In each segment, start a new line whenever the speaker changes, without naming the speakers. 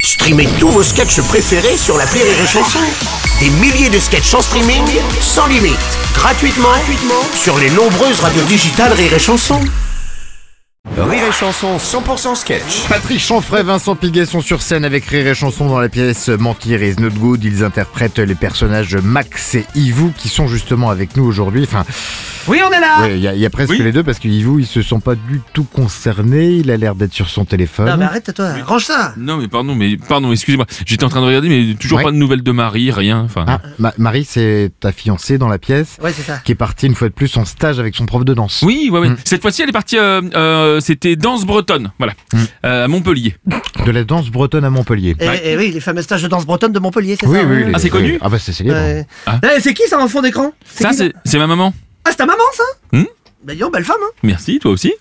Streamez tous vos sketchs préférés sur la Rire et Chanson. Des milliers de sketchs en streaming, sans limite, gratuitement, gratuitement sur les nombreuses radios digitales Rire et Chanson. Rire et Chanson 100% sketch.
Patrick Chanfray, Vincent Piguet sont sur scène avec Rire et Chanson dans la pièce Mentir is not good. Ils interprètent les personnages Max et Yvou qui sont justement avec nous aujourd'hui. Enfin,
Oui, on est là
ouais, il y, a- il y a presque les deux parce que Yvou, ils se sont pas du tout concernés. Il a l'air d'être sur son téléphone.
Non, mais arrête, toi, range ça
Non mais pardon, mais pardon, excusez-moi. J'étais en train de regarder, mais toujours
Ouais.
pas de nouvelles de Marie, rien. Enfin,
Ah, Ma- Marie, c'est ta fiancée dans la pièce
Ouais, c'est ça.
qui est partie une fois de plus en stage avec son prof de danse.
oui, ouais, ouais.
Hmm.
Cette fois-ci, elle est partie. euh, euh, C'était danse bretonne, voilà,
Hmm.
Euh, à Montpellier.
De la danse bretonne à Montpellier.
Et,
Ouais.
et oui, les fameux stages de danse bretonne de Montpellier, c'est
Oui,
ça
oui.
hein
les-
Ah, c'est
oui.
connu
Ah, bah, c'est célèbre.
Ouais.
Ah.
Eh, c'est qui ça en fond d'écran
Ça,
qui,
c'est c'est ma maman.
Ah, c'est ta maman, ça
Hmm
Bah, dis donc, belle femme, hein
Merci, toi aussi.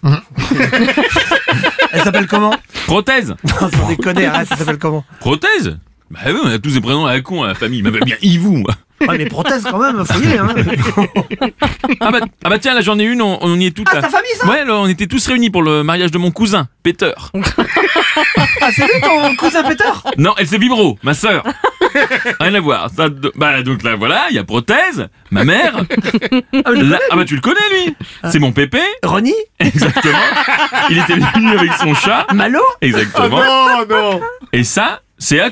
Elle s'appelle comment
Prothèse,
Non, Sans déconner, arrête, ça s'appelle comment
prothèse. Bah oui, on a tous des prénoms à la con à la famille. Il m'appelle bien Yvou. moi.
Ouais, mais prothèse quand même, faut y aller, hein
Ah bah, ah bah tiens, là j'en ai une. On, on y est toutes.
Ah, c'est
là.
ta famille, ça
Ouais, là, on était tous réunis pour le mariage de mon cousin, Peter.
Ah, c'est lui ton cousin Peter
Non, elle c'est Vibro, ma sœur. Rien à voir. Ça, de- bah, donc là, voilà, il y a prothèse, ma mère.
Ah, mais
Là- ah bah tu le connais lui C'est mon pépé,
Ronnie
exactement. Il était venu avec son chat,
Malo Ah,
exactement.
Oh non
Et ça, c'est Akuna.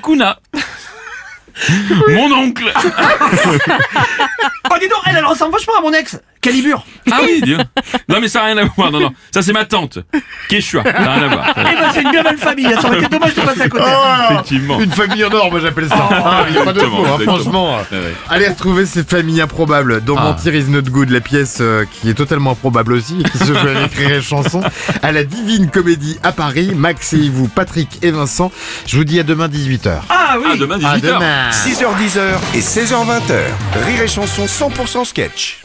Mon oncle
Oh, dis donc, elle, elle ressemble vachement à mon ex Calibur
Ah oui, Dieu Non mais ça n'a rien à voir, non, non. Ça c'est ma tante, Quechua. Ça n'a rien à voir,
Eh ben, c'est une bien belle famille, ça aurait été dommage de passer à côté
effectivement.
Oh. Une famille en or, moi j'appelle ça. Ah, il y a pas d'autre
Exactement,
mot, hein,
exactement.
franchement.
Ouais, ouais.
Allez retrouver ces familles improbables dans
Ah.
Mentir is not good, la pièce euh, qui est totalement improbable aussi, et qui se joue à l'écrire et chanson, à la Divine Comédie à Paris. Max et vous, Patrick et Vincent. Je vous dis à demain 18h.
Ah, oui
Ah, demain 18h.
demain
6h10h et 16h20h. Rire et Chanson 100% sketch.